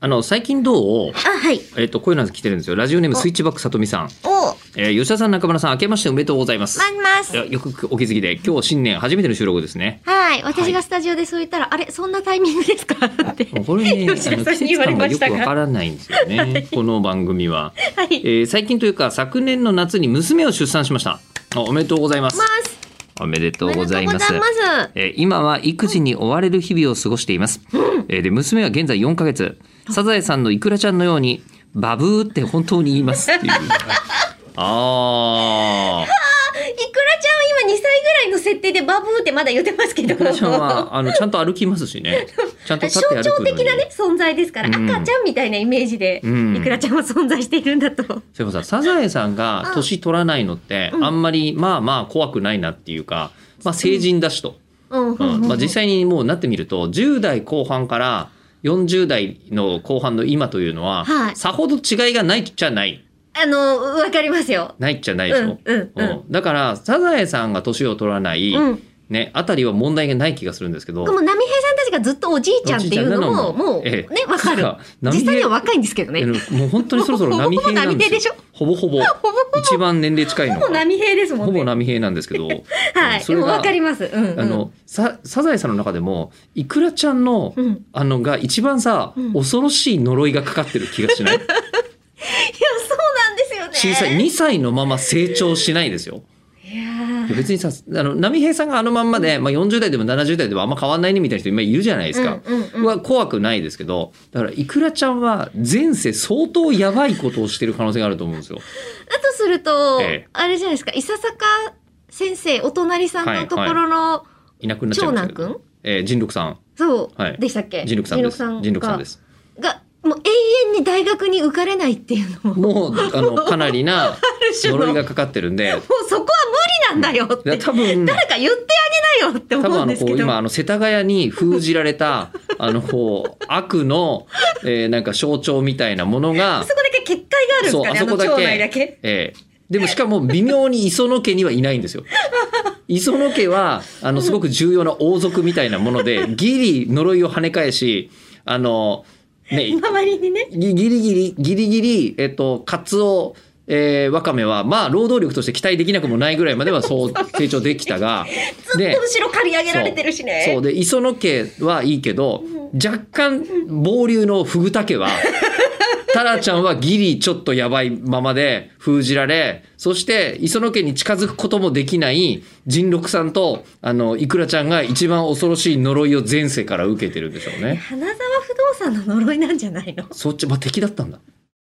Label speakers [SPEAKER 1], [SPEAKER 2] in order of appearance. [SPEAKER 1] あの、最近どう
[SPEAKER 2] あ、はい。
[SPEAKER 1] えっと、こういうの来てるんですよ。ラジオネームスイッチバックさとみさん。
[SPEAKER 2] お、
[SPEAKER 1] えー吉田さん、中村さん、明けましておめでとうございます。
[SPEAKER 2] まんま
[SPEAKER 1] い。
[SPEAKER 2] す
[SPEAKER 1] やよくお気づきで、今日新年初めての収録ですね。
[SPEAKER 2] はい。私がスタジオでそう言ったら、あれ、そんなタイミングですかって。
[SPEAKER 1] もうこれね、あの
[SPEAKER 2] 吉田さん
[SPEAKER 1] 季
[SPEAKER 2] に
[SPEAKER 1] 節
[SPEAKER 2] 言われ
[SPEAKER 1] 感が
[SPEAKER 2] ま
[SPEAKER 1] よ
[SPEAKER 2] し
[SPEAKER 1] く
[SPEAKER 2] たが
[SPEAKER 1] わからないんですよね、この番組は。
[SPEAKER 2] は
[SPEAKER 1] え
[SPEAKER 2] い。
[SPEAKER 1] ー最近というか、昨年の夏に娘を出産しました。あおめでとうございます
[SPEAKER 2] ま。す。
[SPEAKER 1] おめでとう
[SPEAKER 2] おめ
[SPEAKER 1] ご
[SPEAKER 2] でと
[SPEAKER 1] ざ
[SPEAKER 2] う
[SPEAKER 1] い
[SPEAKER 2] ござ
[SPEAKER 1] ま。
[SPEAKER 2] いますす。
[SPEAKER 1] えー今は育児に追われる日々を過ごしています。えーで娘は現在4ヶ月。サザエさんのイクラちゃんのようにバブーって本当に言います っていう。ああ。
[SPEAKER 2] いくらちゃんは今2歳ぐらいの設定でバブーってまだ言ってますけど。
[SPEAKER 1] イクラちゃんはあのちゃんと歩きますしね。ちゃんと立
[SPEAKER 2] 象
[SPEAKER 1] って歩く
[SPEAKER 2] 徴
[SPEAKER 1] のに。
[SPEAKER 2] 的なね、存在ですか
[SPEAKER 1] う
[SPEAKER 2] ら、
[SPEAKER 1] ん
[SPEAKER 2] 赤ちゃんみたいなイメージで、
[SPEAKER 1] うん
[SPEAKER 2] いくらちゃんは存在しているんだと。
[SPEAKER 1] そういえばさ、サザエさんが年取らないのって、あんまりまあまあ怖くないなっていうか、まあ成人だしと。
[SPEAKER 2] うん、うん、うん。
[SPEAKER 1] まあ、実際にもうなってみると10代後半から40代の後半の今というのは、
[SPEAKER 2] はい
[SPEAKER 1] さほど違いがないっちゃない
[SPEAKER 2] あの、わかりますよ。
[SPEAKER 1] ないっちゃな
[SPEAKER 2] う
[SPEAKER 1] い
[SPEAKER 2] ん、
[SPEAKER 1] でしょ、
[SPEAKER 2] うん、うん。うん
[SPEAKER 1] だからサザエさんが年を取らない、
[SPEAKER 2] うん
[SPEAKER 1] ね、あたりは問題がない気がするんですけど
[SPEAKER 2] でも、波平さんたちがずっとおじいちゃんっていうのも、
[SPEAKER 1] おじいちゃんなのも
[SPEAKER 2] もう、
[SPEAKER 1] え
[SPEAKER 2] ね
[SPEAKER 1] え、
[SPEAKER 2] わかる
[SPEAKER 1] だから。波平
[SPEAKER 2] 実際には若いんですけどね。
[SPEAKER 1] えもう本当にそろそろ波平なんですよほぼほぼ
[SPEAKER 2] ほぼほ
[SPEAKER 1] 一番年齢近いの
[SPEAKER 2] ぼ、ほぼ
[SPEAKER 1] が
[SPEAKER 2] 波平ですもんね。
[SPEAKER 1] ほぼ波平なんですけど
[SPEAKER 2] はい。
[SPEAKER 1] そ
[SPEAKER 2] で
[SPEAKER 1] れ
[SPEAKER 2] も
[SPEAKER 1] が
[SPEAKER 2] わかります。うん、うん。
[SPEAKER 1] あのさサザエさんの中でもイクラちゃんの、
[SPEAKER 2] うん。いや、
[SPEAKER 1] あのが一番さ、
[SPEAKER 2] うん
[SPEAKER 1] 恐ろしい呪いがかかってる気がし ない
[SPEAKER 2] そうなんですよ
[SPEAKER 1] 小
[SPEAKER 2] ね。
[SPEAKER 1] さい2歳のまま成長しないですよ。
[SPEAKER 2] いやー
[SPEAKER 1] 別にさあの波平さんがあのまんまで、まあ、40代でも70代でもあんま変わんないねみたいな人今いるじゃないですか。
[SPEAKER 2] うんうんうん、
[SPEAKER 1] は怖くないですけどだからイクラちゃんは前世相当やばいことをしてる可能性があると思うんですよ。
[SPEAKER 2] だとすると、
[SPEAKER 1] ええ
[SPEAKER 2] あれじゃないですか、いささか先生、お隣さんのところの、
[SPEAKER 1] いなくなっちゃいましたけ
[SPEAKER 2] 長男
[SPEAKER 1] ど。えー、人六さん
[SPEAKER 2] そう、
[SPEAKER 1] はい
[SPEAKER 2] でしたっけ
[SPEAKER 1] 人六さんです。
[SPEAKER 2] さん
[SPEAKER 1] 人六さんです。
[SPEAKER 2] が、もう永遠に大学に受かれないっていうのも、もう
[SPEAKER 1] もうあ のかなりな
[SPEAKER 2] 種の
[SPEAKER 1] 呪いがかかってるんで
[SPEAKER 2] そこは無理なんだよっ
[SPEAKER 1] いや
[SPEAKER 2] て、
[SPEAKER 1] 多分
[SPEAKER 2] 誰か言ってあげなよって
[SPEAKER 1] 多
[SPEAKER 2] 思
[SPEAKER 1] 分
[SPEAKER 2] う
[SPEAKER 1] あ
[SPEAKER 2] ん
[SPEAKER 1] の
[SPEAKER 2] です
[SPEAKER 1] こ
[SPEAKER 2] け
[SPEAKER 1] う
[SPEAKER 2] ど、
[SPEAKER 1] 今あの世田谷に封じられたあのこう悪の、えーなんか象徴みたいなものが
[SPEAKER 2] そこだけ結界があるんですかね、あの町内だけ。
[SPEAKER 1] ええでもしかも微妙に磯野家にはいないんです よ。磯野家はあのすごく重要な王族みたいなもので ギリ呪いを跳ね返しあのね
[SPEAKER 2] 周りにね、
[SPEAKER 1] ギギリギリギリギリえっとカツオえー、ワカメはまあ労働力として期待できなくもないぐらいまではそう成長できたが
[SPEAKER 2] ずっと後ろ刈り上げられてるしね。
[SPEAKER 1] そうで磯野家はいいけど、若干暴流のフグタ家はタラちゃんはギリちょっとやばいままで封じられそして磯野家に近づくこともできない仁六さんとあのイクラちゃんが一番恐ろしい呪いを前世から受けてるんでしょうね。
[SPEAKER 2] 花沢不動産の呪いなんじゃないの
[SPEAKER 1] そっち、まあ、敵だったんだ。